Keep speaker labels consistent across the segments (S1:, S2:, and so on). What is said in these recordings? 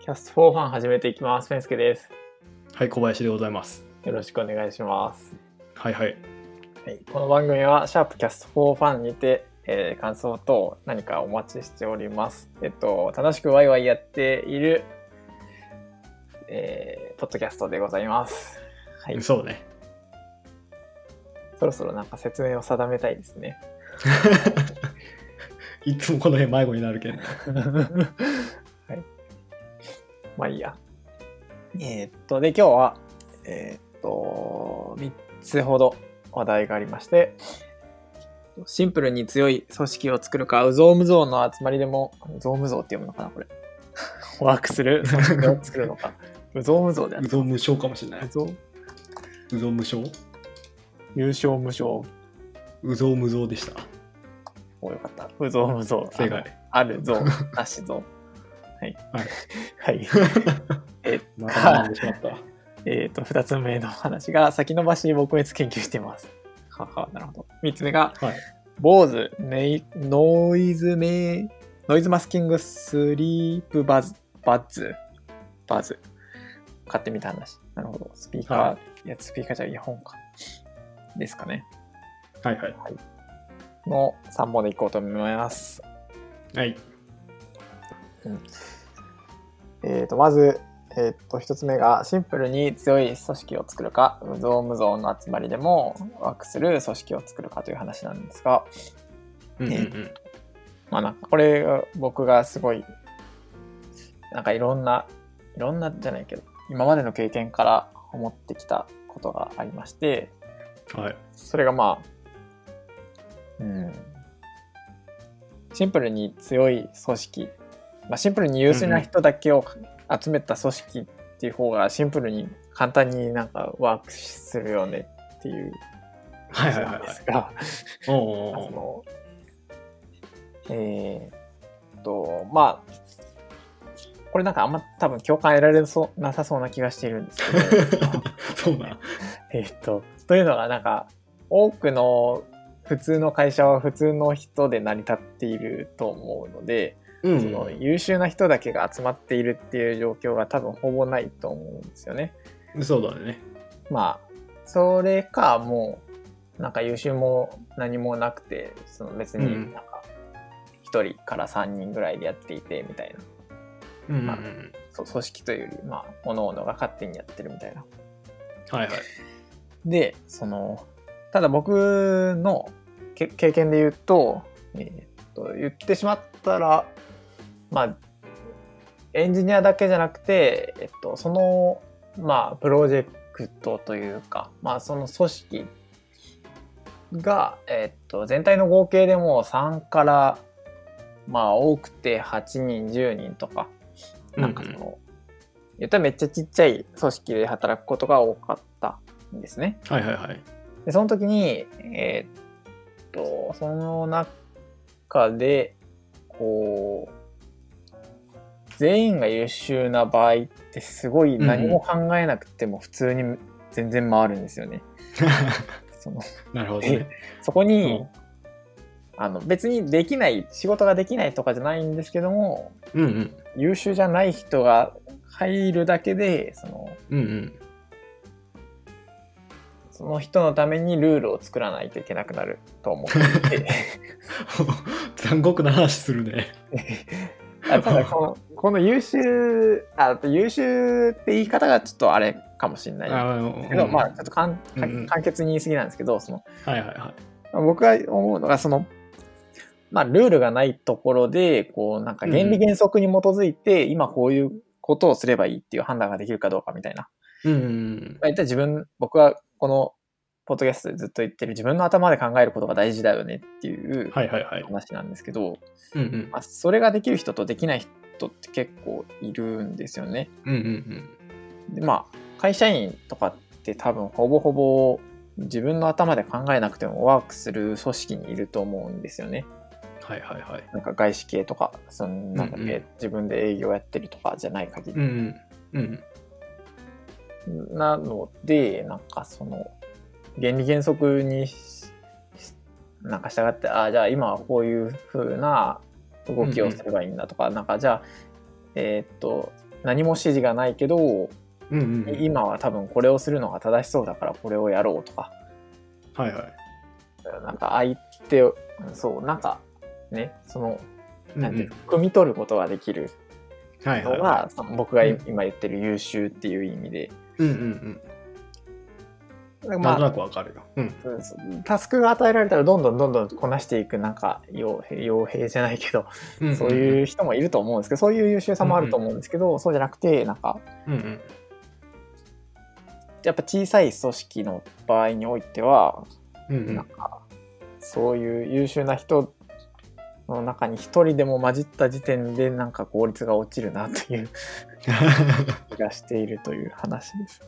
S1: キャストフォーファン始めていきます。ペンスケです。
S2: はい、小林でございます。
S1: よろしくお願いします。
S2: はいはい。
S1: はい、この番組は、シャープキャストフォーファンにて、えー感想等何かお待ちしております。えっと、楽しくワイワイやっている、えーポッドキャストでございます。はい、
S2: そうね。
S1: そろそろなんか説明を定めたいですね。
S2: いつもこの辺迷子になるけん。
S1: はい。まあいいや。えーっと、で、今日は、えーっと、3つほど話題がありまして、シンプルに強い組織を作るか、ウゾームゾーンの集まりでも、ウゾームゾーって読むのかな、これ。 ワークする組織を作るのか。ウゾームゾーであ
S2: う
S1: る。
S2: ぞ無償かもしれな
S1: ウ
S2: い。
S1: ゾー
S2: うぞ無償
S1: 優勝無償。
S2: うぞ無償でした。
S1: およかった。ウゾームゾー。
S2: 正解。
S1: あの。あるゾーン、なしゾーン。はい。はい。え
S2: また学んでしま った。
S1: えー、と2つ目の話が先延ばし撲滅研究しています。ははなるほど3つ目が
S2: はい。
S1: 坊主ネイノイズメノイズマスキングスリープバズバズバズ買ってみた話なるほどスピーカー、、
S2: はい
S1: やスピーカーじゃイヤホンかですかね
S2: はいはい。
S1: の3本でいこうと思います
S2: はい。
S1: えー、とまず、えー、と1つ目がシンプルに強い組織を作るか無造無造の集まりでもワークする組織を作るかという話なんですが、
S2: うんうんう
S1: ね
S2: ん。
S1: まあ、なんかこれが僕がすごいなんかいろんないろんなじゃないけど今までの経験から思ってきたことがありまして
S2: はい。
S1: それがまあうんシンプルに強い組織、まあ、シンプルに優秀な人だけを集めた組織っていう方がシンプルに簡単になんかワークするよねっていう
S2: はいはい
S1: な
S2: は
S1: ん
S2: い
S1: で
S2: は
S1: す
S2: い。
S1: が。
S2: おう
S1: あ
S2: おうおう
S1: の、えーっと、まあ、これなんかあんま多分共感得られそうなさそうな気がしているんですけど、
S2: そうな。
S1: えーっと、というのがなんか、多くの普通の会社は普通の人で成り立っていると思うので、
S2: う
S1: その優秀な人だけが集まっているっていう状況が多分ほぼないと思うんですよね。
S2: ん。そうだね。
S1: まあそれかもうなんか優秀も何もなくてその別になんか1人から3人ぐらいでやっていてみたいな、
S2: うんうんう
S1: まあ
S2: ん。
S1: そう組織というよりまあ各々が勝手にやってるみたいな。
S2: はいはい。
S1: でそのただ僕のけ経験で言うと,、えーっと言ってしまったらまあエンジニアだけじゃなくて、えっと、そのまあプロジェクトというか、まあ、その組織が、えっと、全体の合計でもう3からまあ多くて8人10人とかなんかその、
S2: うん
S1: 言ったらめっちゃちっちゃい組織で働くことが多かったんですね。
S2: はいはい はい。
S1: でその時に、えーっと、その中で、こう、全員が優秀な場合ってすごい何も考えなくても普通に全然回るんですよね。その
S2: なるほどね。
S1: そこ
S2: う
S1: に
S2: ん、
S1: あの別にできない、仕事ができないとかじゃないんですけども、
S2: うんうん。
S1: 優秀じゃない人が入るだけで、その、
S2: うんうん。
S1: その人のためにルールを作らないといけなくなると思っていて。
S2: 残酷な話するね。
S1: あただこのこの優秀ああと優秀って言い方がちょっとあれかもしれない
S2: あの
S1: けど、
S2: うん
S1: まあちょっとかんか
S2: うんうん
S1: 簡潔に言い過ぎなんですけどその
S2: はいはいはい。
S1: 僕が思うのがその、まあ、ルールがないところでこうなんか原
S2: うんう
S1: 理
S2: ん
S1: 原則に基づいて、今こういうことをすればいいっていう判断ができるかどうかみたいな。
S2: うんうん
S1: まあ、言ったら自分僕はこのポッドキャストでずっと言ってる自分の頭で考えることが大事だよねっていう
S2: うん。はいはいはい。
S1: 話なんですけど、
S2: うんうん。
S1: まあ、それができる人とできない人って結構いるんですよね。
S2: うんうん
S1: でまあ会社員とかって多分ほぼほぼ自分の頭で考えなくてもワークする組織にいると思うんですよね。
S2: うん。はいはいはい。
S1: なんか外資系とかそのなんか、
S2: うんうん
S1: 自分で営業やってるとかじゃない限り。
S2: うんうん。うん
S1: なのでなんかその原理原則にしなんか従ってああじゃあ今はこういう風な動きをすればいいんだとか、なんかじゃあえーっと何も指示がないけど、
S2: うんうんうん。
S1: 今は多分これをするのが正しそうだからこれをやろうとか
S2: はいはい。
S1: なんか相手をそうなんかねその
S2: うんう
S1: なんていうんの汲み取ることができる
S2: はいは
S1: の
S2: いは
S1: がその僕が
S2: うん
S1: 今言ってる優秀っていう意味で、
S2: い。うんうんうん。
S1: ま
S2: なんと
S1: あ
S2: なくわかるよ。うん。
S1: そうですタスクが与えられたらどんどんどんどんこなしていくなんか傭兵傭兵じゃないけど
S2: うんんん
S1: そういう。人もいると思うんですけどそういう優秀さもあると思うんですけどそうじゃなくてなんか
S2: うんうん。
S1: やっぱ小さい組織の場合においては
S2: うんうん
S1: なんかそういう優秀な人の中に一人でも混じった時点でなんか効率が落ちるなという 気がしているという話です。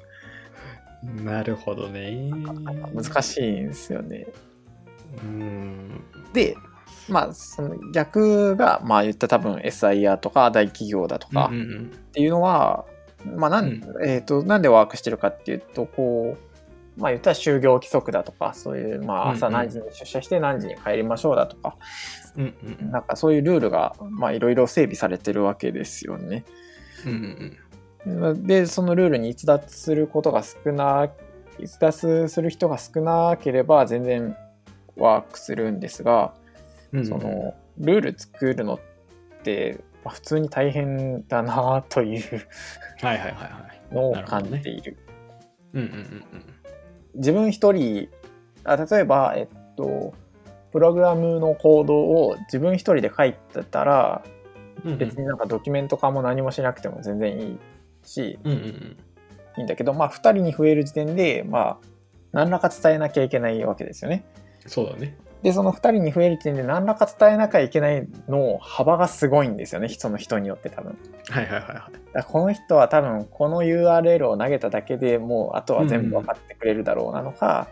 S2: なるほどね。
S1: 難しいんですよね。
S2: い。うん。
S1: でまあその逆がまあ言った多分 SIR とか大企業だとか
S2: うんう
S1: っ
S2: ん
S1: ていうのは、まあなん,、
S2: う
S1: えー、となんでワークしてるかっていうとこうまあ言ったら就業規則だとかそういうまあ朝
S2: うんうん
S1: 何時に出社して何時に帰りましょうだとか
S2: うんうん
S1: なんかそういうルールがまあいろいろ整備されてるわけですよね。
S2: うんうん
S1: でそのルールに逸脱することが少な逸脱する人が少なければ全然ワークするんですが、
S2: うん。
S1: そのルール作るのってまあ普通に大変だなという
S2: はいはいはいはい。
S1: のを
S2: なるほど
S1: 感
S2: ね
S1: じている。
S2: うんうんうん
S1: 自分一人あ例えばえっとプログラムのコードを自分一人で書いてたら
S2: うん。うんうん
S1: 別になんかドキュメント化も何もしなくても全然いいし
S2: うんうんうん。
S1: いいんだけどまあ2人に増える時点でまあ何らか伝えなきゃいけないわけですよね。
S2: そうだね。
S1: でその2人に増える時点で何らか伝えなきゃいけないの幅がすごいんですよねその人によって多分。
S2: はいはいはいはい。
S1: だからこの人は多分この URL を投げただけでもうあとは全部分かってくれるだろうなのか、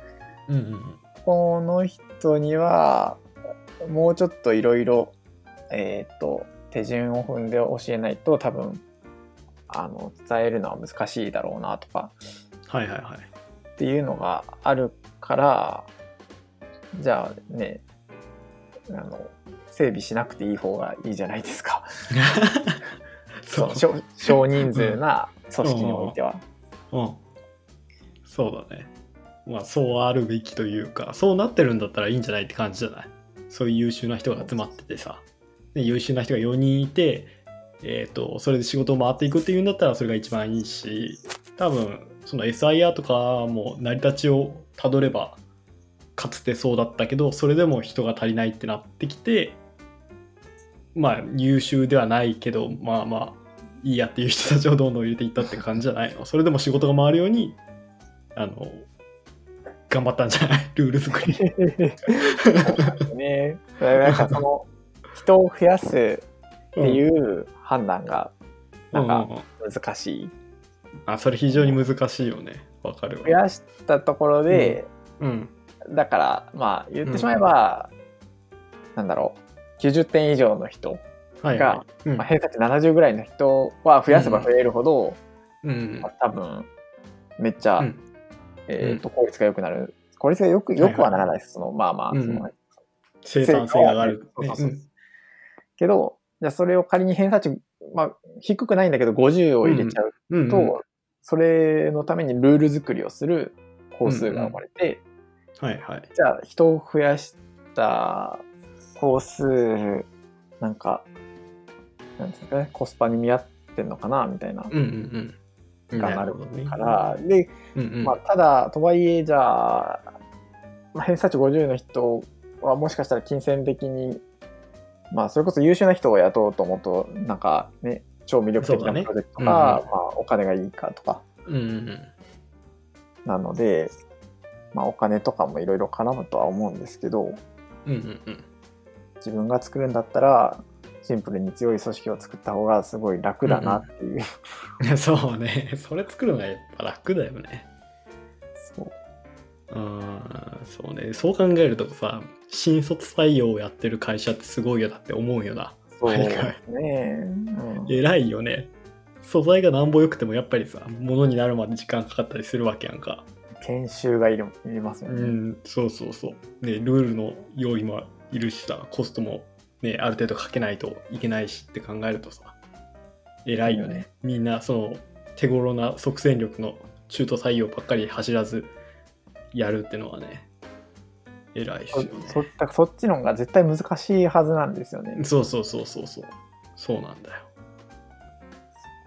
S2: うんうんうん。
S1: この人にはもうちょっといろいろえっ、と手順を踏んで教えないと多分あの伝えるのは難しいだろうなとか
S2: は いはいはい。
S1: っていうのがあるからじゃあねあの整備しなくていい方がいいじゃないです かその少少人数な組織においては。
S2: うん。そうだね。まあ、そうあるべきというか、そうなってるんだったらいいんじゃないって感じじゃないそういう優秀な人が集まっててさ、で優秀な人が4人いて、えっ、と、それで仕事を回っていくっていうんだったらそれが一番いいし、多分、その SIR とかも成り立ちをたどれば、かつてそうだったけど、それでも人が足りないってなってきて、まあ、優秀ではないけど、まあまあ、いいやっていう人たちをどんどん入れていったって感じじゃないのそれでも仕事が回るようにあの頑張ったんじゃない ルール作り
S1: そうなんです ね、だからなんかその人を増やすって
S2: う
S1: いう判断がなんか
S2: うう
S1: 難しい。
S2: うんあそれ非常に難しいよねわかる
S1: 増
S2: わ
S1: やしたところで、
S2: うん
S1: だからまあ言ってしまえば、なんだろう90点以上の人、
S2: はい
S1: が
S2: はいうん
S1: まあ、偏差値70ぐらいの人は増やせば増えるほど、
S2: うん
S1: まあ多分めっちゃ、
S2: うん
S1: えー、と効率が良くなる効率がよく
S2: はいは
S1: よ
S2: い
S1: くはならないです、そのまあまあ、
S2: うん
S1: その
S2: 生産性が上がる
S1: そう
S2: ね
S1: そうそう
S2: うん
S1: けどじゃあそれを仮に偏差値、まあ、低くないんだけど50を入れちゃう
S2: うんうん
S1: と、それのためにルール作りをする工数が生まれて、
S2: はいはい
S1: じゃあ人を増やした工数なんかなんですかねコスパに見合ってんのかなみたいな
S2: うんうんうん
S1: がなる
S2: ほどね
S1: から、で、
S2: うんうん
S1: まあ、ただとはいえじゃあ、まあ、偏差値50の人はもしかしたら金銭的にまあそれこそ優秀な人を雇おうと思うとなんかね超魅力的
S2: そう
S1: な
S2: だね
S1: プロジェクト
S2: うんうん
S1: か、まあ、お金がいいかとか
S2: うんうんうん
S1: なので、まあ、お金とかもいろいろ絡むとは思うんですけど、
S2: うんうんうん
S1: 自分が作るんだったらシンプルに強い組織を作った方がすごい楽だなっていう、
S2: いやそうねそれ作るのがやっぱ楽だよね
S1: そう
S2: あーそうねそう考えるとさ新卒採用をやってる会社ってすごいよなって思うよな
S1: そう
S2: 毎
S1: ね
S2: 回、
S1: うん、
S2: 偉いよね素材がなんぼ良くてもやっぱりさ物になるまで時間かかったりするわけやんか
S1: 研修がいるいりますよ
S2: う
S1: ね、
S2: んそうそうそうねルールの用意もいるしさコストもねある程度かけないといけないしって考えるとさ偉いよね、みんなその手頃な即戦力の中途採用ばっかり走らずやるってのはね偉いっすよね
S1: そだからそっちの方が絶対難しいはずなんですよね。
S2: そうそうそうそうそうそうなんだよ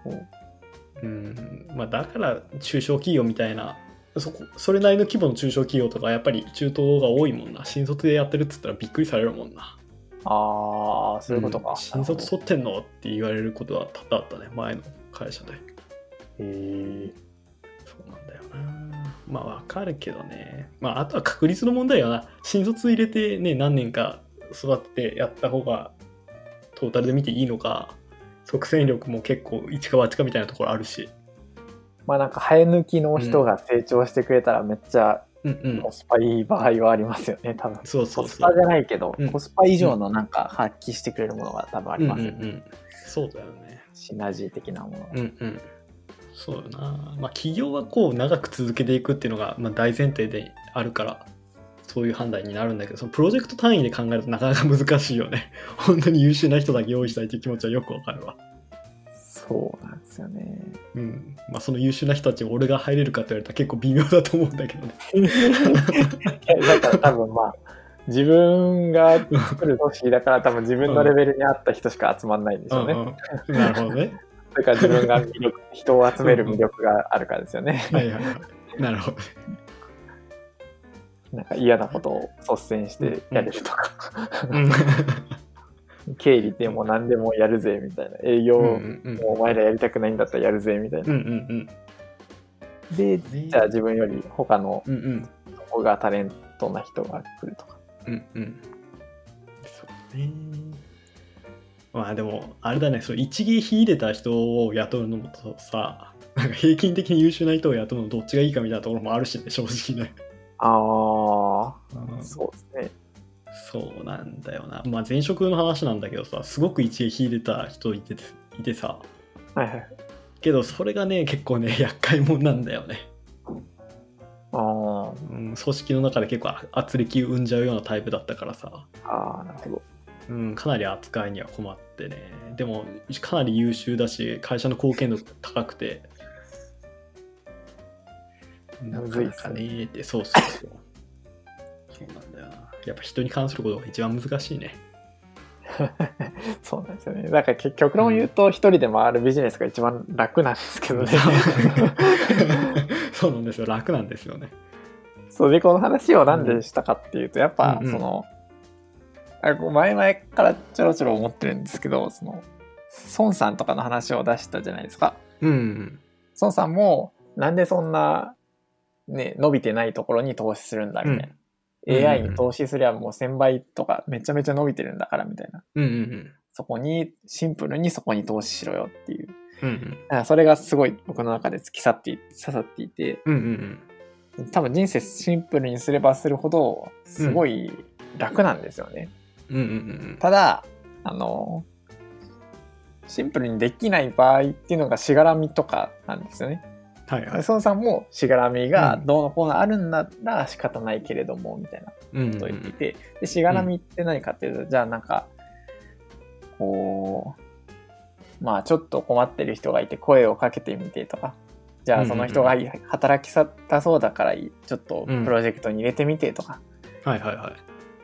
S1: そう
S2: うんまあ、だから中小企業みたいなそこそれなりの規模の中小企業とかやっぱり中東が多いもんな新卒でやってるっつったらびっくりされるもんな
S1: ああそういうことか。
S2: ん新卒取ってんのって言われることは多々あったね前の会社で
S1: へえ
S2: そうなんだよなまあわかるけどねまああとは確率の問題よな新卒入れてね何年か育ててやった方がトータルで見ていいのか即戦力も結構一か八かみたいなところあるし
S1: まあなんか生え抜きの人が成長してくれたらめっちゃ
S2: うんうん
S1: コスパいい場合はありますよね多分。
S2: そうそ
S1: コ
S2: う
S1: ス
S2: そう
S1: パじゃないけど、
S2: うん
S1: コスパ以上のなんか発揮してくれるものが多分あります、
S2: うんうんうん、そうだよね
S1: シナジー的なものが、
S2: うんうんそうよなまあ企業はこう長く続けていくっていうのが、まあ、大前提であるからそういう判断になるんだけどそのプロジェクト単位で考えるとなかなか難しいよね 本当に優秀な人だけ用意したいという気持ちはよくわかるわ
S1: そうなんですよ ね
S2: うんまあその優秀な人たちに俺が入れるかと言われたら結構微妙だと思うんだけどね
S1: だから多分まあ自分が作る組織だから多分自分のレベルに合った人しか集まんないんでしょうね、
S2: うんうん、なるほどね
S1: それから自分が魅力人を集める魅力があるからですよね
S2: はいはいはいなるほど
S1: なんか嫌なことを率先してやれるとか、
S2: うん
S1: 経理でも何でもやるぜみたいな営業
S2: うん
S1: も
S2: う
S1: お
S2: ん
S1: 前らやりたくないんだったらやるぜみたいな
S2: うんうん
S1: で
S2: うん
S1: じゃあ自分より他の
S2: うんうん
S1: 子がタレントな人が来るとか
S2: うんうんそうねまあでもあれだねそう一芸秀でた人を雇うのとさなんか平均的に優秀な人を雇うのどっちがいいかみたいなところもあるしね正直ね、
S1: ああ
S2: そう
S1: そうですね
S2: そうなんだよなまあ前職の話なんだけどさすごく一芸秀でた人いてていてさ
S1: はいはい
S2: けどそれがね結構ね 厄介者なんだよね、
S1: あ
S2: うん、組織の中で結構あ圧力生んじゃうようなタイプだったからさ
S1: ーあーなるほど
S2: うん、かなり扱いには困ってねでもかなり優秀だし会社の貢献度高くてな
S1: む
S2: か
S1: ずいっ
S2: な
S1: すね
S2: かねーってそうそうそうそうなんだよなやっぱ人に関することが一番難しいね
S1: そうなんですよねだから結局論言うと一人で回るビジネスが一番楽なんですけどね
S2: そうなんですよ楽なんですよね
S1: そうでこの話を何でしたかっていうとやっぱ
S2: うんうん
S1: その、あこう前々からちょろちょろ思ってるんですけどその孫さんとかの話を出したじゃないですか
S2: うん
S1: 孫さんもなんでそんなね伸びてないところに投資するんだみたいな、
S2: うん
S1: AI に投資すりゃもう1000倍とかめちゃめちゃ伸びてるんだからみたいな
S2: うんうん
S1: そこにシンプルにそこに投資しろよっていう
S2: うんうん
S1: だからそれがすごい僕の中で突き刺ってい刺さっていて
S2: うんうんうん
S1: 多分人生シンプルにすればするほどすごい楽なんですよね、
S2: うんうんうん
S1: ただあのシンプルにできない場合っていうのがしがらみとかなんですよね
S2: はいはい
S1: 孫さんもしがらみ
S2: う
S1: が
S2: ん
S1: どうのこうのあるんだったら仕方ないけれどもみたいな
S2: うんうん
S1: と
S2: う
S1: 言ってい
S2: ん
S1: て、でしがらみって何かっていうと、じゃあなんかこうまあちょっと困ってる人がいて声をかけてみてとかじゃあその人が働きさったそうだからちょっとプロジェクトに入れてみてとか、
S2: はいはいはい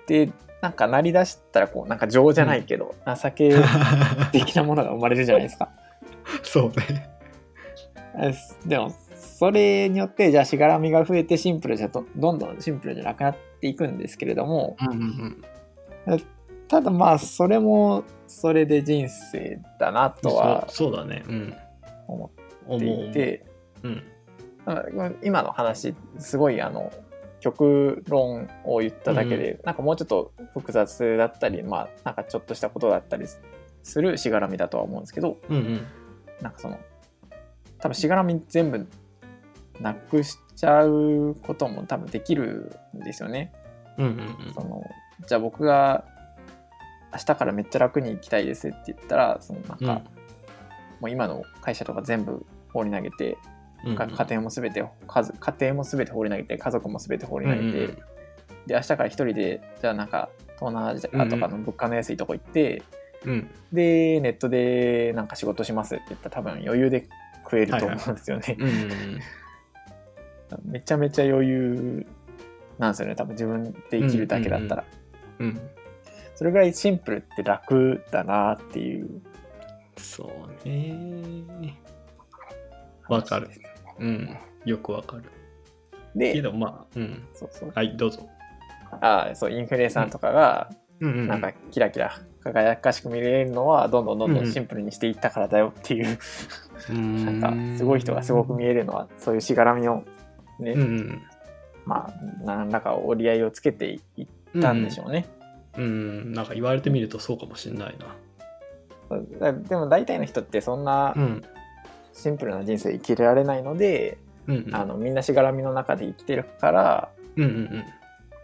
S1: でなんか成り出したらこうなんか情じゃないけど、情け的なものが生まれるじゃないですか。
S2: そうね
S1: えでもそれによってじゃあしがらみが増えてシンプルじゃどどんどんシンプルじゃなくなっていくんですけれども、
S2: うんうんうん
S1: ただまあそれもそれで人生だなとは
S2: そうそうだねうん
S1: 思
S2: 思
S1: っていて
S2: うん
S1: なんか今の話すごいあの極論を言っただけで、なんかもうちょっと複雑だったりまあなんかちょっとしたことだったりするしがらみだとは思うんですけど
S2: うんうん
S1: なんかその多分しがらみ全部なくしちゃうことも多分できるんですよね。
S2: うんうんうん
S1: そのじゃあ僕が明日からめっちゃ楽に行きたいですって言ったらそのなんか、もう今の会社とか全部放り投げて、
S2: うん
S1: か家庭も全て家族家庭も全て放り投げて家族も全て放り投げて、で明日から一人でじゃあなんか東南アジアとかの物価の安いとこ行って、
S2: うん。
S1: でネットでなんか仕事しますって言ったら多分余裕で食えると思うんですよね、
S2: うんうんうん。
S1: めちゃめちゃ余裕なんですよね多分自分で生きるだけだったら、
S2: うん。
S1: それぐらいシンプルって楽だなっていう
S2: そうね。わかる
S1: 話です
S2: うん。よくわかる。け
S1: で
S2: ど、まあ、うん。
S1: そうそう
S2: はい、どうぞ。
S1: あそうインフルエンサーとかが
S2: うんうんうん
S1: なんかキラキラ輝かしく見れるのはどんどんどんどんシンプルにしていったからだよっていう、
S2: うーん
S1: なんかすごい人がすごく見えるのはそういうしがらみをね、
S2: うんうん
S1: まあ何らか折り合いをつけていったんでしょうね、
S2: うんうんなんか言われてみるとそうかもしれないな
S1: だでも大体の人ってそんな
S2: うん
S1: シンプルな人生生きられないので、
S2: うんうん
S1: あのみんなしがらみの中で生きてるから
S2: うんうん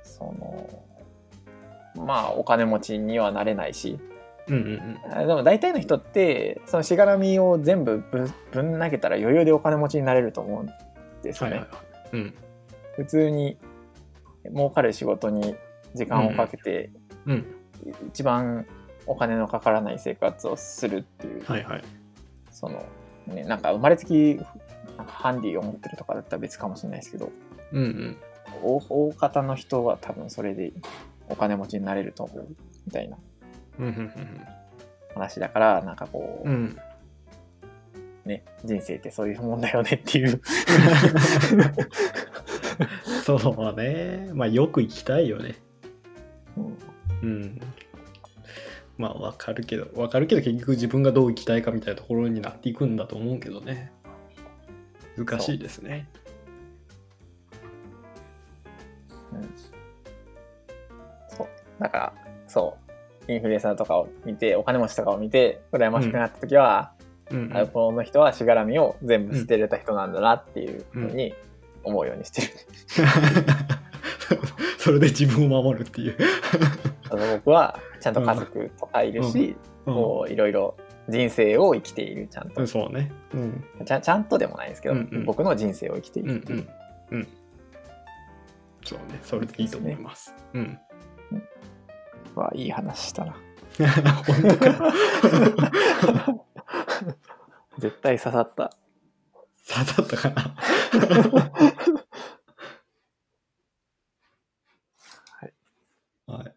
S1: そのまあお金持ちにはなれないし
S2: うんうんうん
S1: あでも大体の人ってそのしがらみを全部ぶぶん投げたら余裕でお金持ちになれると思うんです
S2: は
S1: よ
S2: い
S1: ね、
S2: はいはいうん
S1: 普通に儲かる仕事に時間をかけて、
S2: うん
S1: 一番お金のかからない生活をするっていう、
S2: はいはい
S1: そのねなんか生まれつきなんかハンディを持ってるとかだったら別かもしれないですけど
S2: うんうん
S1: 大大方の人は多分それでお金持ちになれると思うみたいな
S2: うん
S1: 話だからなんかこう、
S2: うんうんうん
S1: ね人生ってそういうもんだよねっていう
S2: そうねまあよく行きたいよね
S1: うん
S2: うんまあわかるけどわかるけど結局自分がどう行きたいかみたいなところになっていくんだと思うけどね難しいですね
S1: うんそうだからそうインフルエンサーとかを見てお金持ちとかを見て羨ましくなった時は、
S2: うんうん
S1: あこの人はしがらみを全部捨てれた人なんだなっていうふうに思うようにしてる、
S2: それで自分を守るっていう。
S1: あの僕はちゃんと家族とかいるし、こういろいろ人生を生きているちゃん
S2: う
S1: と
S2: ん、そうね。うん。
S1: ちゃんちゃんとでもないですけど、
S2: うんうん
S1: 僕の人生を生きてい
S2: うんう
S1: るっていう、
S2: ん。うん。そうね。それでいいと思います。 うん。
S1: わあいい話したな
S2: 本当か。
S1: 絶対刺さった
S2: 刺さったかな。はい。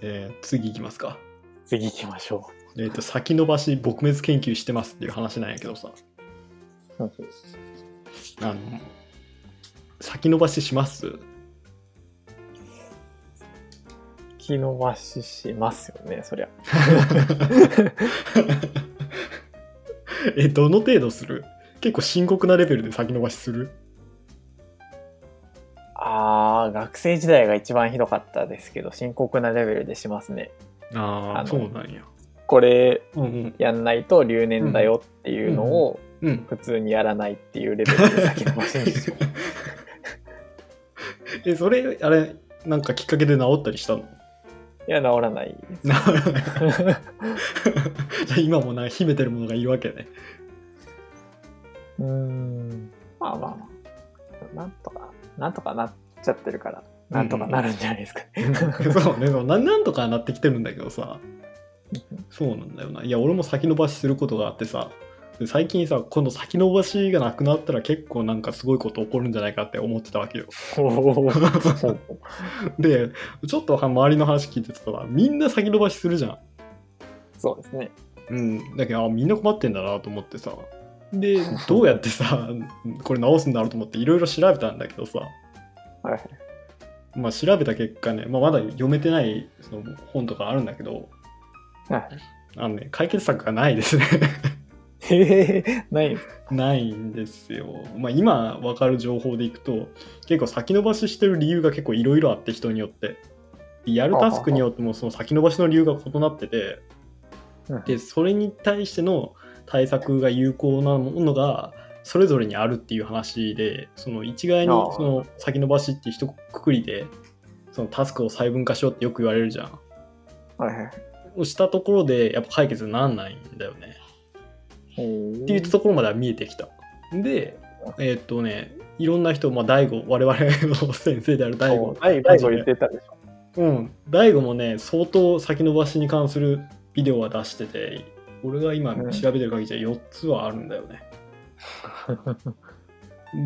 S2: えー次いきますか。
S1: 次行きましょ
S2: えっ、と、先延ばし撲滅研究してますっていう話なんやけどさ。
S1: う、
S2: あの、先延ばしし ます
S1: 引き延ばししますよねそりゃ
S2: えどの程度する結構深刻なレベルで先延ばしする
S1: あー学生時代が一番ひどかったですけど深刻なレベルでしますね
S2: あ
S1: あの
S2: そうなんや
S1: これ
S2: うんうん
S1: やんないと留年だよっていうのを
S2: うん
S1: 普通にやらないっていうレベルで先延ばしにしよう
S2: えそれあれなんかきっかけで治ったりしたの
S1: いや治らない
S2: 治らないじゃあ今もなんか秘めてるものがいるわけね
S1: うーんまあまあまあなんとかなんとかなっちゃってるからなんとかなるんじゃないですか、
S2: そうねそうななんとかなってきてるんだけどさそうなんだよないや俺も先延ばしすることがあってさで最近さ今度先延ばしがなくなったら結構なんかすごいこと起こるんじゃないかって思ってたわけよ
S1: おー
S2: でちょっと周りの話聞いてたらみんな先延ばしするじゃん、
S1: そうですね
S2: うん、だけどあみんな困ってんだなと思ってさ でどうやってさこれ直すんだろうと思っていろいろ調べたんだけどさ、
S1: はいは
S2: まあ、調べた結果ね、まあ、まだ読めてないその本とかあるんだけど
S1: はい
S2: あのね解決策がないですね
S1: へえ ないです
S2: ないんですよ、まあ、今分かる情報でいくと結構先延ばししてる理由が結構いろいろあって人によってやるタスクによってもその先延ばしの理由が異なってて
S1: うん
S2: でそれに対しての対策が有効なものがそれぞれにあるっていう話でその一概に
S1: ああ
S2: その先延ばしって一括りでそのタスクを細分化しようってよく言われるじゃん。
S1: はいはい
S2: をしたところでやっぱ解決になんないんだよね。
S1: へー
S2: っていうところまでは見えてきた。でえーっとねいろんな人、まあ、大悟我々の先生である大悟
S1: お大悟言ってたでしょ
S2: うん、大悟もね、相当先延ばしに関するビデオは出してて、俺が今
S1: うん
S2: 調べてる限りじゃ4つはあるんだよ ね。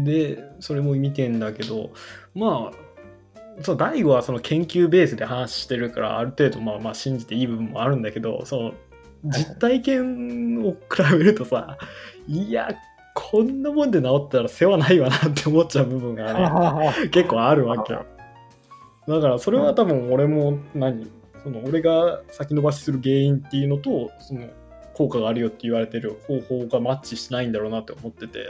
S2: で、それも見てんだけど、まあ、そう大悟はその研究ベースで話してるから、ある程度まあまあ信じていい部分もあるんだけど、その実体験を比べるとさ、いや、こんなもんで治ったら世話ないわなって思っちゃう部分がね。 結構あるわけよだからそれは多分俺も何その俺が先延ばしする原因っていうのとその効果があるよって言われてる方法がマッチしないんだろうなって思ってて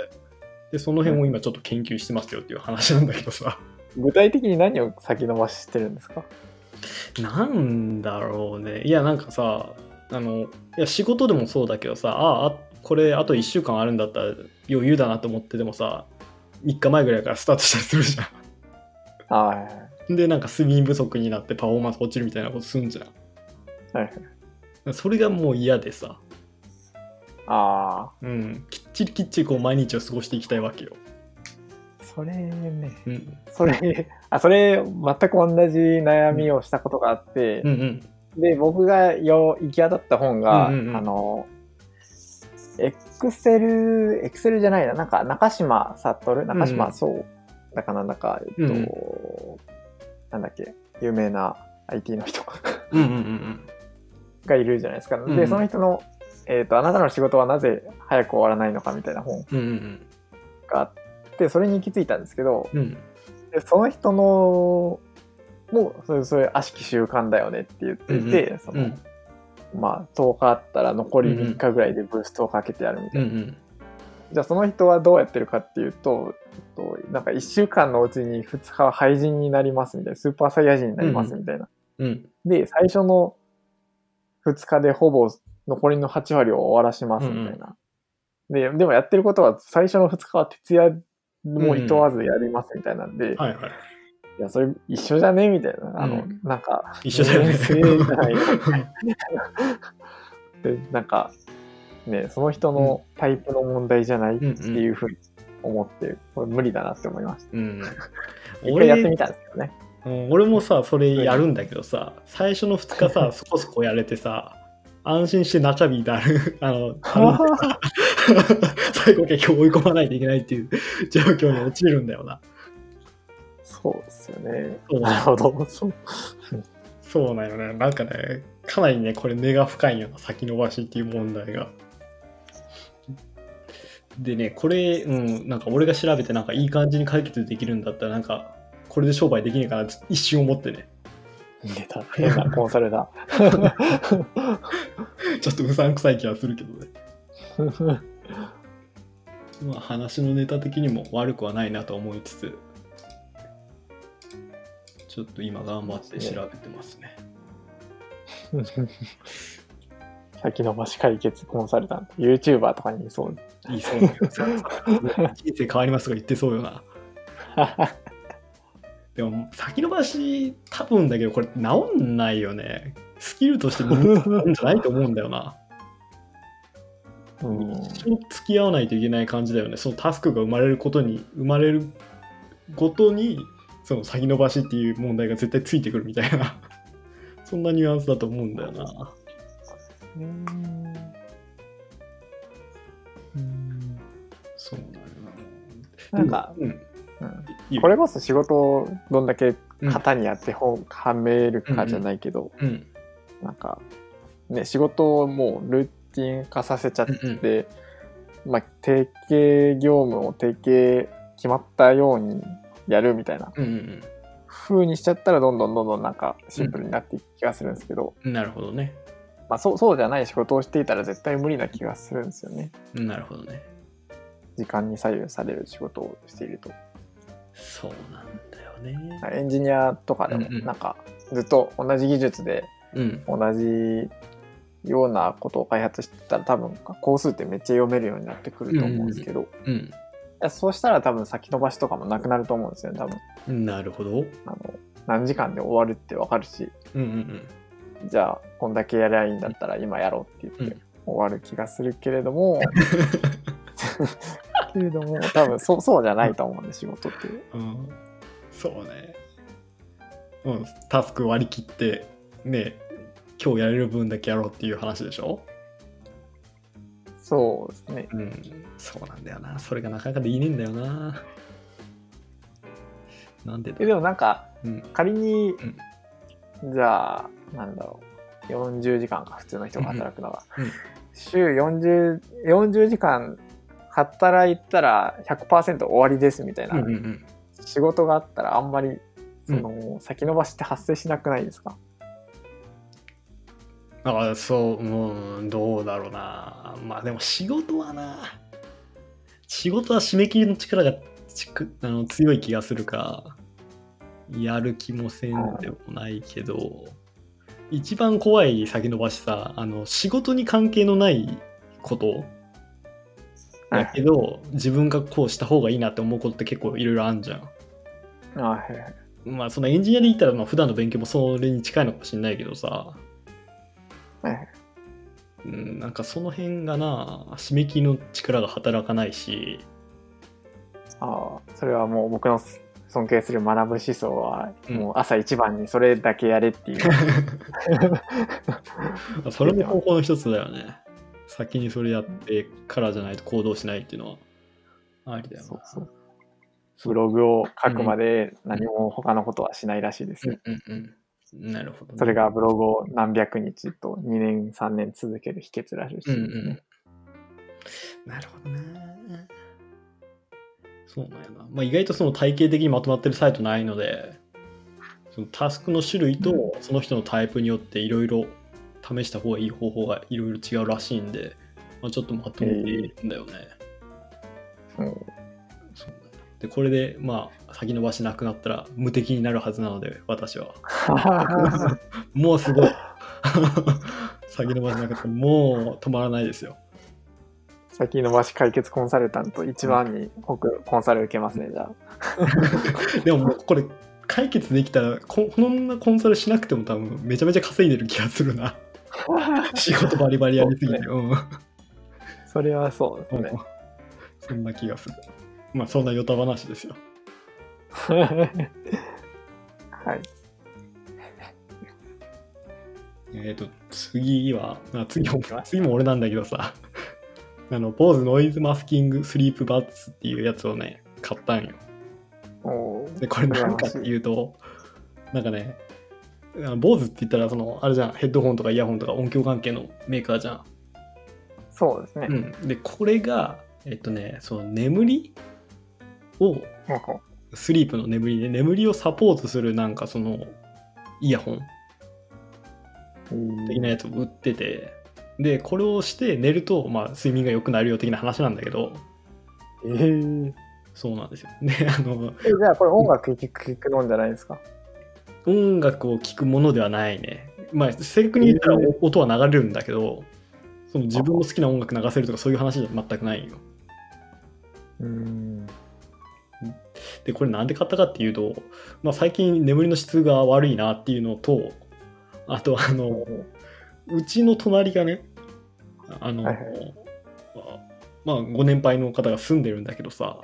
S2: でその辺を今ちょっと研究してますよっていう話なんだけどさ
S1: 具体的に何を先延ばししてるんですか
S2: なんだろうねいやなんかさあのいや仕事でもそうだけどさああこれあと1週間あるんだったら余裕だなと思ってでもさ3日前ぐらいからスタートしたりするじゃん
S1: はい
S2: でなんか 睡眠不足になってパフォーマンス落ちるみたいなことすんじゃん
S1: はいはい。
S2: それがもう嫌でさ、
S1: あ
S2: うん、きっちりきっちりこう毎日を過ごしていきたいわけよ、
S1: あ、それね、
S2: うん、
S1: それ、あ、それ、全く同じ悩みをしたことがあって
S2: う、んうん
S1: で、僕がよ行き当たった本が、
S2: うんうんうん
S1: あの、エクセル、エクセルじゃないな、なんか中島悟、中
S2: うんう
S1: 島
S2: ん
S1: そうだかなんだか、えっと、
S2: うんうん
S1: なんだっけ、有名な IT の人
S2: うんうんうん
S1: がいるじゃないですか。
S2: んう
S1: で、
S2: ん
S1: その人の、えっと、あなたの仕事はなぜ早く終わらないのかみたいな本
S2: うんうん
S1: があって、それに行き着いたんですけど、
S2: うんうん
S1: でその人のもうそれそれ悪しき習慣だよねって言っていて、その
S2: うん
S1: まあ、10日あったら残り
S2: うんうん
S1: 3日ぐらいでブーストをかけてやるみた
S2: う
S1: いな、
S2: ん
S1: じゃあその人はどうやってるかっていうとえっとなんか1週間のうちに2日は廃人になりますみたいなスーパーサイヤ人になりますみたいな、
S2: うん
S1: で最初の2日でほぼ残りの8割を終わらしますみたいな、ででもやってることは最初の2日は徹夜もいとわずやりますみたいなんで、
S2: はいはい
S1: いや、それ一緒じゃねみたいな。あの、
S2: うん
S1: なんか、
S2: 一緒だよね
S1: 人間性じゃない でなんか、ね、その人のタイプの問題じゃないっ
S2: うん
S1: ていうふうに思って、これ無理だなって思いました。
S2: うん
S1: 一回やって
S2: 俺
S1: みたんですけど ね。
S2: うん俺もさそれやるんだけどさ最初の2日さそこそこやれてさ安心して中身だる あの軽い最後結局追い込まないといけないっていう状況に陥るんだよな
S1: そうですよね。
S2: そう
S1: なるほど。そう
S2: そうなんよね。なんかね、かなりね、これ根が深いような先延ばしっていう問題が。でね、これ、うん、なんか俺が調べて、なんかいい感じに解決できるんだったら、なんか、これで商売できねえかなって一瞬思ってね、
S1: 出た。変なコンサルだ。
S2: ちょっとうさんくさい気はするけどね。まあ、話のネタ的にも悪くはないなと思いつつ、ちょっと今頑張って調べてますね。
S1: 先延ばし解決コンサルタント。YouTuber とかにいそう。
S2: いいそうだけどさ、人生変わりますとか言ってそうよな。でも先延ばし多分だけどこれ治んないよねスキルとして身につくんじゃないと思うんだよな
S1: うん
S2: 一生付き合わないといけない感じだよねそのタスクが生まれることに生まれるごとにその先延ばしっていう問題が絶対ついてくるみたいなそんなニュアンスだと思うんだよなそうなるな
S1: なんか、
S2: う
S1: う
S2: ん、
S1: ん
S2: いいよ
S1: これこそ仕事をどんだけ
S2: うん
S1: 型にやって本はめるかじゃないけど、
S2: うん
S1: なんかね仕事をもうルーティン化させちゃって、まあ定型業務を定型決まったようにやるみたいな
S2: うんうん
S1: 風にしちゃったらどんどんどんどんなんかシンプルになっていく気がするんですけど、
S2: うんなるほどね
S1: まあそうそうじゃない仕事をしていたら絶対無理な気がするんですよね
S2: なるほどね
S1: 時間に左右される仕事をしていると。
S2: そうなんだよね、
S1: エンジニアとかでも
S2: うんうん
S1: なんかずっと同じ技術で
S2: うん
S1: 同じようなことを開発してたら多分工数ってめっちゃ読めるようになってくると思うんですけど、い
S2: うん
S1: やそうしたら多分先延ばしとかもなくなると思うんですよね多分
S2: なるほど。うん
S1: あの何時間で終わるって分かるし
S2: うんうん。
S1: じゃあこんだけやりゃいいんだったら今やろうって言っ
S2: う
S1: て終わる気がするけれど も、けれども多分そうそうじゃないと思うんで仕事って
S2: うん、そうね。うん、タスク割り切ってね今日やれる分だけやろうっていう話でしょ
S1: そうですね。
S2: うんそうなんだよなそれがなかなかできねえんだよななんでだ
S1: えでもなんか、
S2: うん
S1: 仮に、
S2: う
S1: じゃあ、なんだろう、40時間か、普通の人が働くのは。
S2: うんうん
S1: 週40、40時間働いたら100%終わりですみたい
S2: うん
S1: な
S2: うんうん
S1: 仕事があったら、あんまり、その、先延ばしって発生しなくないですか
S2: あそううんどうだろうなまあでも仕事はな仕事は締め切りの力がちくあの強い気がするからやる気もせんでもないけど一番怖い先延ばしさあの仕事に関係のないこと
S1: は
S2: だ
S1: い
S2: けど自分がこうした方がいいなって思うことって結構いろいろあるじゃん。
S1: あはいはい
S2: まあそのエンジニアで言ったらまあ普段の勉強もそれに近いのかもしれないけどさ
S1: はい
S2: うん、なんかその辺がな締め切りの力が働かないし
S1: あーそれはもう僕の尊敬する学ぶ思想は、
S2: うん
S1: もう朝一番にそれだけやれっていう。
S2: それも方法の一つだよね先にそれやってからじゃないと行動しないっていうのはありだよ
S1: そう
S2: な
S1: そうブログを書くまで何も他のことはしないらしいですよ、
S2: うんうんうんなるほどね、
S1: それがブログを何百日と2年3年続ける秘訣らしいです
S2: うん
S1: ね、
S2: うんなるほどねそうなんやな、まあ、意外とその体系的にまとまってるサイトないのでそのタスクの種類とその人のタイプによっていろいろ試した方がいい方法がいろいろ違うらしいんで、まあ、ちょっとまとめているんだよね、
S1: うん
S2: そうなんだでこれでまあ先延ばしなくなったら無敵になるはずなので私はもうす ごい先延ばしなくなったらもう止まらないですよ
S1: 先延ばし解決コンサルタント一番に僕コンサル受けますねじゃあ
S2: でももうこれ解決できたらここんなコンサルしなくても多分めちゃめちゃ稼いでる気がするな仕事バリバリやりすぎてうん
S1: それはそうですね
S2: うんそんな気がするまあそんなヨタ話ですよ
S1: はい
S2: えっ、と次はあ次も次も俺なんだけどさあのポーズノイズマスキングスリープバッツっていうやつをね買ったんよ
S1: おー
S2: でこれ何かっていうとなんかねあの BOSE って言ったらそのあれじゃんヘッドホンとかイヤホンとか音響関係のメーカーじゃん
S1: そうですね、
S2: うん、でこれがえっとねその眠りを
S1: ほうほう
S2: スリープの眠りで眠りをサポートするなんかそのイヤホン的なやつを売っててでこれをして寝ると、まあ、睡眠が良くなるよ的な話なんだけど
S1: えー
S2: そうなんですよ であの
S1: えじゃあこれ音楽聴く聞くのんじゃないですか
S2: 音楽を聴くものではないねまあ正確に言ったら
S1: え
S2: 音は流れるんだけどその自分の好きな音楽流せるとかそういう話じゃ全くないよ
S1: うん
S2: でこれなんで買ったかっていうと、まあ、最近眠りの質が悪いなっていうのとあとあのうちの隣がねあの、
S1: はいは
S2: まあご年配の方が住んでるんだけどさ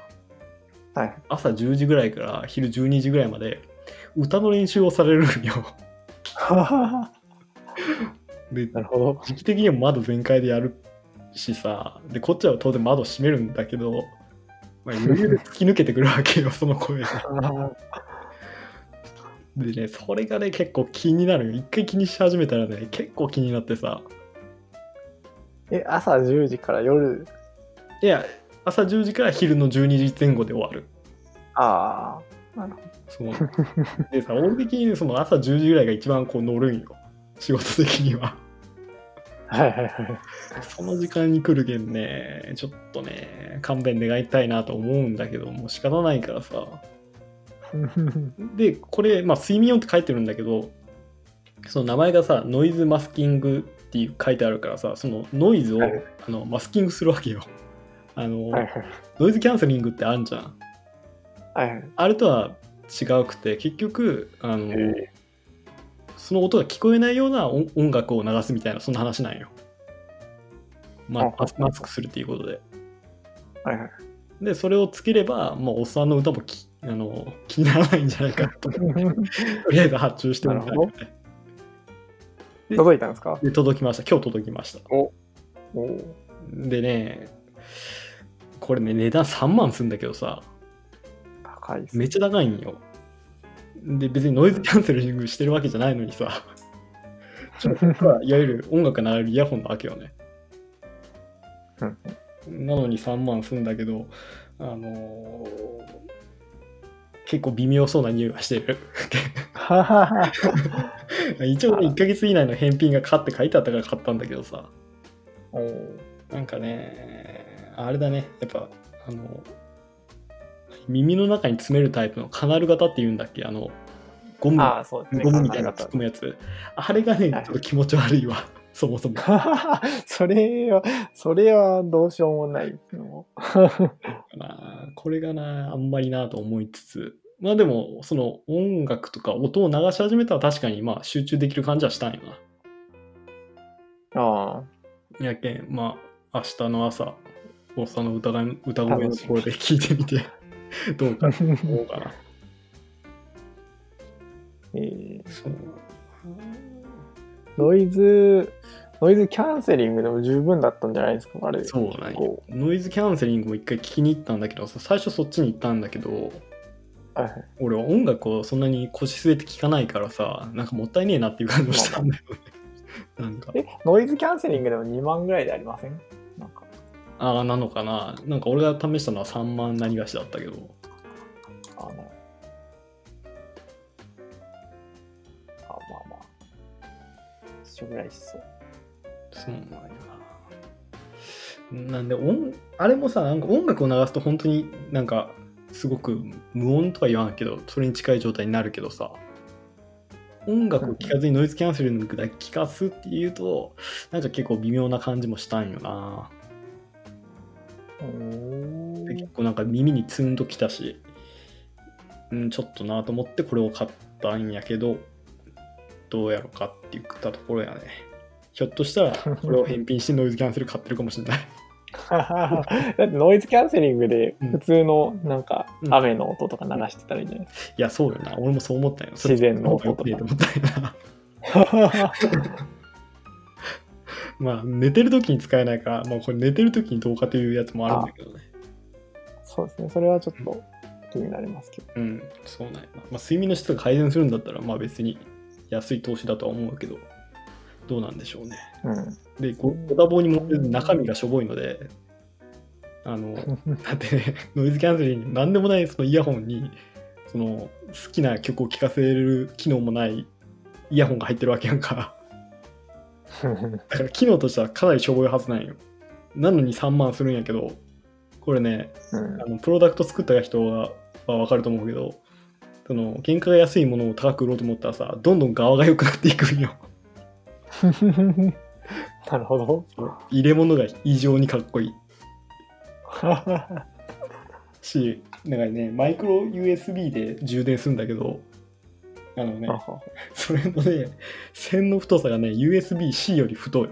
S1: はい
S2: 朝10時ぐらいから昼12時ぐらいまで歌の練習をされるんよ で
S1: なるほど
S2: 時期的にも窓全開でやるしさでこっちは当然窓閉めるんだけど、まあ、余裕で突き抜けてくるわけよその声が。でね、それがね、結構気になるよ。一回気にし始めたらね、結構気になってさ。
S1: え朝10時から夜
S2: いや、朝10時から昼の12時前後で終わる。
S1: あ
S2: そうでさ、俺的にその朝10時ぐらいが一番こう乗るんよ。仕事的には。
S1: あはいはいはい
S2: その時間に来るけんね、ちょっとね、勘弁願いたいなと思うんだけど、もう仕方ないからさ。で、これ、まあ、睡眠音って書いてるんだけど、その名前がさ、ノイズマスキングっていう書いてあるからさ、そのノイズを、
S1: はい
S2: あのマスキングするわけよ。あの、
S1: はい
S2: ノイズキャンセリングってあるじゃん。
S1: はいはい
S2: あれとは違くて、結局、あの、
S1: え
S2: その音が聞こえないような音音楽を流すみたいな、そんな話なんよ。ま
S1: あ
S2: あ、マスマスクするっていうことで。
S1: はいはい
S2: で、それをつければ、もうおっさんの歌もきあの気にならないんじゃないかなと思ってとりあえず発注してもら
S1: なるほ
S2: ってで
S1: 届いたんですか
S2: で届きました今日届きました
S1: おー
S2: でねこれね値段3万すんだけどさ
S1: 高いです
S2: めっ
S1: ね。
S2: ちゃ高いんよで別にノイズキャンセリングしてるわけじゃないのにさちょっといわゆる音楽が流れるイヤホンなわけよね
S1: うん
S2: なのに3万すんだけどあのー結構微妙そうな匂いはしてる 一応
S1: あら
S2: 1ヶ月以内の返品がかって書いてあったから買ったんだけどさ
S1: おー
S2: なんかね、あれだね、やっぱ、あの、耳の中に詰めるタイプのカナル型って言うんだっけ、あの、ゴム、
S1: ああ、そうですね。
S2: ゴムみたいなの
S1: 考
S2: 突っ込むやつ。あれがね、ちょ
S1: はい
S2: っと気持ち悪いわ、 そもそも
S1: え。方 それは、それはどうしようもないですよ。
S2: まあこれがな、あんまりなと思いつつ、まあでも、その音楽とか音を流し始めたら確かにまあ集中できる感じはしたんよな。
S1: あ
S2: やけん、まあ、明日の朝、おっさんの歌が歌声のところで聞いてみて、 どう
S1: あ
S2: か。 どうかな。
S1: えー
S2: そう
S1: ノイズ、ノイズキャンセリングでも十分だったんじゃないですか、あれ。
S2: そうなんよ
S1: こ
S2: ノイズキャンセリングも一回聞きに行ったんだけどさ最初そっちに行ったんだけど
S1: うはいはい
S2: 俺は音楽をそんなに腰据えて聞かないからさなんかもったいねえなっていう感じもしたんだよねなんか
S1: え、ノイズキャンセリングでも2万ぐらいでありませんなんか。
S2: ああなのかななんか俺が試したのは3万何がしだったけど
S1: あの、あ、まあまあ。一緒ぐらいしそう。
S2: そうなんやななんで音あれもさなんか音楽を流すと本当になんかすごく無音とは言わんけどそれに近い状態になるけどさ音楽を聴かずにノイズキャンセリングだけ聴かすっていうとなんか結構微妙な感じもしたんよな
S1: うーん
S2: で結構なんか耳にツンときたし、うん、ちょっとなと思ってこれを買ったんやけどどうやろうかって言ったところやねひょっとしたらこれを返品してノイズキャンセル買ってるかもしれない
S1: だってノイズキャンセリングで普通のなんか
S2: うん
S1: 雨の音とか鳴らしてたらいいんじゃないです
S2: いや、そうよな。俺もそう思ったよ。
S1: 自然の
S2: それ
S1: 音とか
S2: 良くねえと思ったよな。
S1: か。
S2: まあ、寝てる時に使えないから、まあ、これ寝てる時にどうかというやつもあるんだけどね。
S1: そうですね、それはちょっと気になりますけど。
S2: うん、そうなんやな。まあ、睡眠の質が改善するんだったら、まあ別に安い投資だとは思うけど、どうなんでしょうね。
S1: うん。
S2: で、ごご多忙にも中身がしょぼいので、あの、だってね、ノイズキャンセリングに何でもないそのイヤホンに、その好きな曲を聴かせる機能もないイヤホンが入ってるわけやんか。だから機能としてはかなりしょぼいはずなんよ。なのに3万するんやけど、これね、
S1: うん
S2: あのプロダクト作った人はは分かると思うけど、その原価が安いものを高く売ろうと思ったらさ、どんどん側が良くなっていくんよ。
S1: なるほ ど。
S2: 入れ物が異常にかっこいい
S1: は
S2: し、なんかね、マイクロ USB で充電するんだけど、あのね、
S1: は
S2: それのね、線の太さがね、USB-C より太い。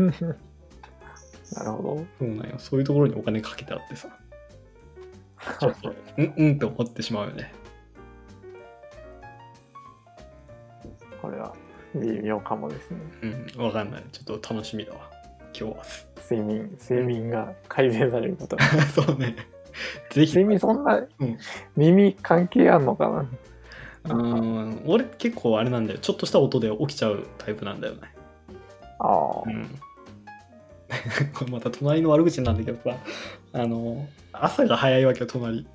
S1: なるほ
S2: そうなんよ。そういうところにお金かけてあってさ、ちょ
S1: ど
S2: っ。と、うんうんって思ってしまうよね。
S1: これは微妙かもですね。
S2: うん、わかんない。ちょっと楽しみだわ。今日は。
S1: 睡眠、睡眠が改善されること。
S2: そうね。ぜひ。
S1: 睡眠そんな
S2: うん
S1: 耳関係あんのかな、
S2: うん、俺結構あれなんだよ。ちょっとした音で起きちゃうタイプなんだよね。
S1: ああ
S2: う。ん。これ また隣の悪口なんだけどさ、あの、朝が早いわけよ、隣。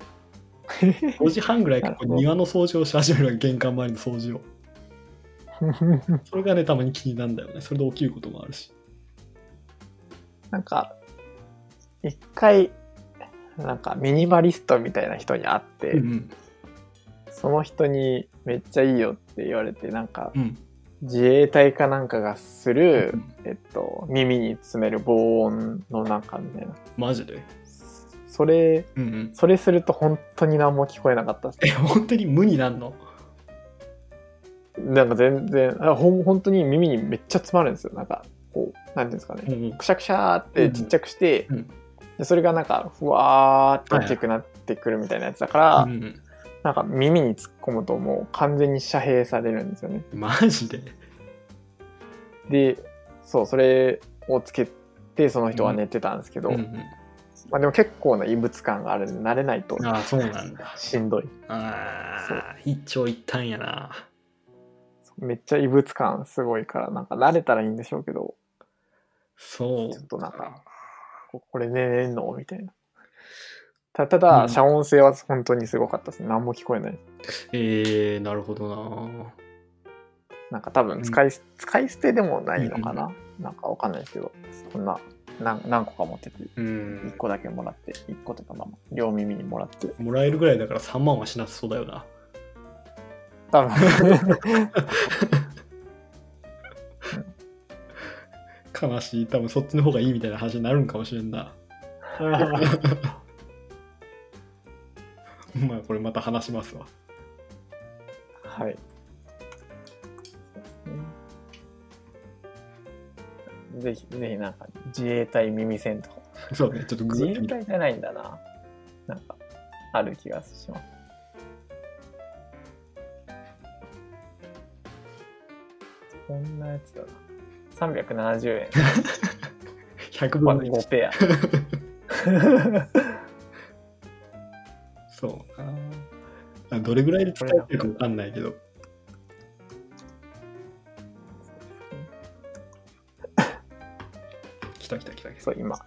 S2: 5時半ぐらいからこう
S1: なるほど
S2: 庭の掃除をし始めるわけ、玄関周りの掃除を。それがね、たまに気になるんだよね。それで起きることもあるし。
S1: なんか、一回、なんかミニマリストみたいな人に会って、
S2: うん。
S1: その人にめっちゃいいよって言われて、なんか
S2: うん。
S1: 自衛隊かなんかがする、
S2: うん
S1: えっと、耳に詰める防音の中みたいな。
S2: マジで。
S1: それ、
S2: うんうん。
S1: それすると本当に何も聞こえなかったっす
S2: え、本当に無になんの
S1: なんか全然、あほん本当に耳にめっちゃ詰まるんですよ。なんか、こう、なんていうんですかね。
S2: うんうん。
S1: くしゃくしゃーってちっちゃくして、
S2: うん
S1: でそれがなんかふわーっと大きくなってくるみたいなやつだから、
S2: うん、
S1: なんか耳に突っ込むともう完全に遮蔽されるんですよね。
S2: マジで
S1: でそうそれをつけてその人は寝てたんですけど、
S2: うんうん
S1: まあ、でも結構な異物感があるんで慣れないと
S2: ああ そうなんだ
S1: しんどい
S2: ああ一長一短やな
S1: めっちゃ異物感すごいからなんか慣れたらいいんでしょうけど
S2: そう
S1: ちょっとなんかここれ寝れんのみたいなたただ遮音性は本当にすごかったですね何も聞こえない
S2: えー、なるほどな
S1: なんか多分使い,、使い捨てでもないのか
S2: う
S1: な、なんかわかんないですけどこんな何何個か持ってて
S2: うん
S1: 1個だけもらって1個とかまあ両耳にもらって
S2: もらえるぐらいだから3万はしなさそうだよな
S1: 多 分
S2: 悲しい多分そっちの方がいいみたいな話になるんかもしれんなまあこれまた話しますわ
S1: はい。ぜひ、ぜひなんか、自衛隊耳栓とか。
S2: そうねちょっとグ
S1: 自
S2: グって
S1: 衛
S2: みた
S1: 隊じゃないんだな。なんか、ある気がします。こんなやつだな。370円。
S2: 100分の1
S1: 5ペア。
S2: そうかあどれぐらいで使ってるか分かんないけど 来た来た来た来た
S1: そう、今。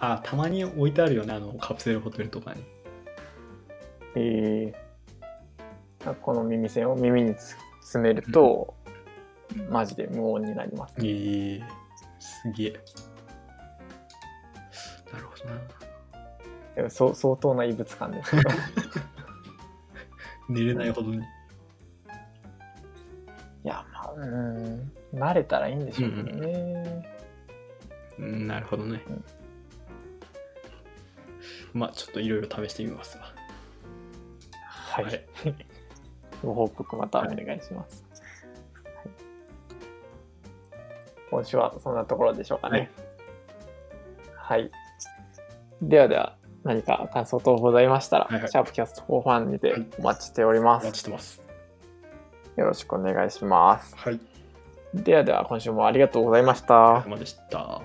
S2: あたまに置いてあるよねあのカプセルホテルとかに
S1: えーなんかこの耳栓を耳につ詰めると、マジで無音になります。
S2: ええすげえなるほどな
S1: でもそう相当な異物感 ですけどい
S2: 寝れないほどに
S1: やまあうん慣れたらいいんでしょうけどね、
S2: うんなるほどね
S1: うん
S2: まあちょっといろいろ試してみますわ
S1: はい、ご報告またお願いします、はい今週はそんなところでしょうかねはい、ではでは何か感想等ございましたら、
S2: はいはい
S1: シャープキャスト4ファンにて
S2: はい
S1: お待ちしておりま
S2: お
S1: す、
S2: 待ちしてます
S1: よろしくお願いします
S2: はい
S1: ではでは今週もありがとうございまし
S2: こ
S1: た
S2: こまででした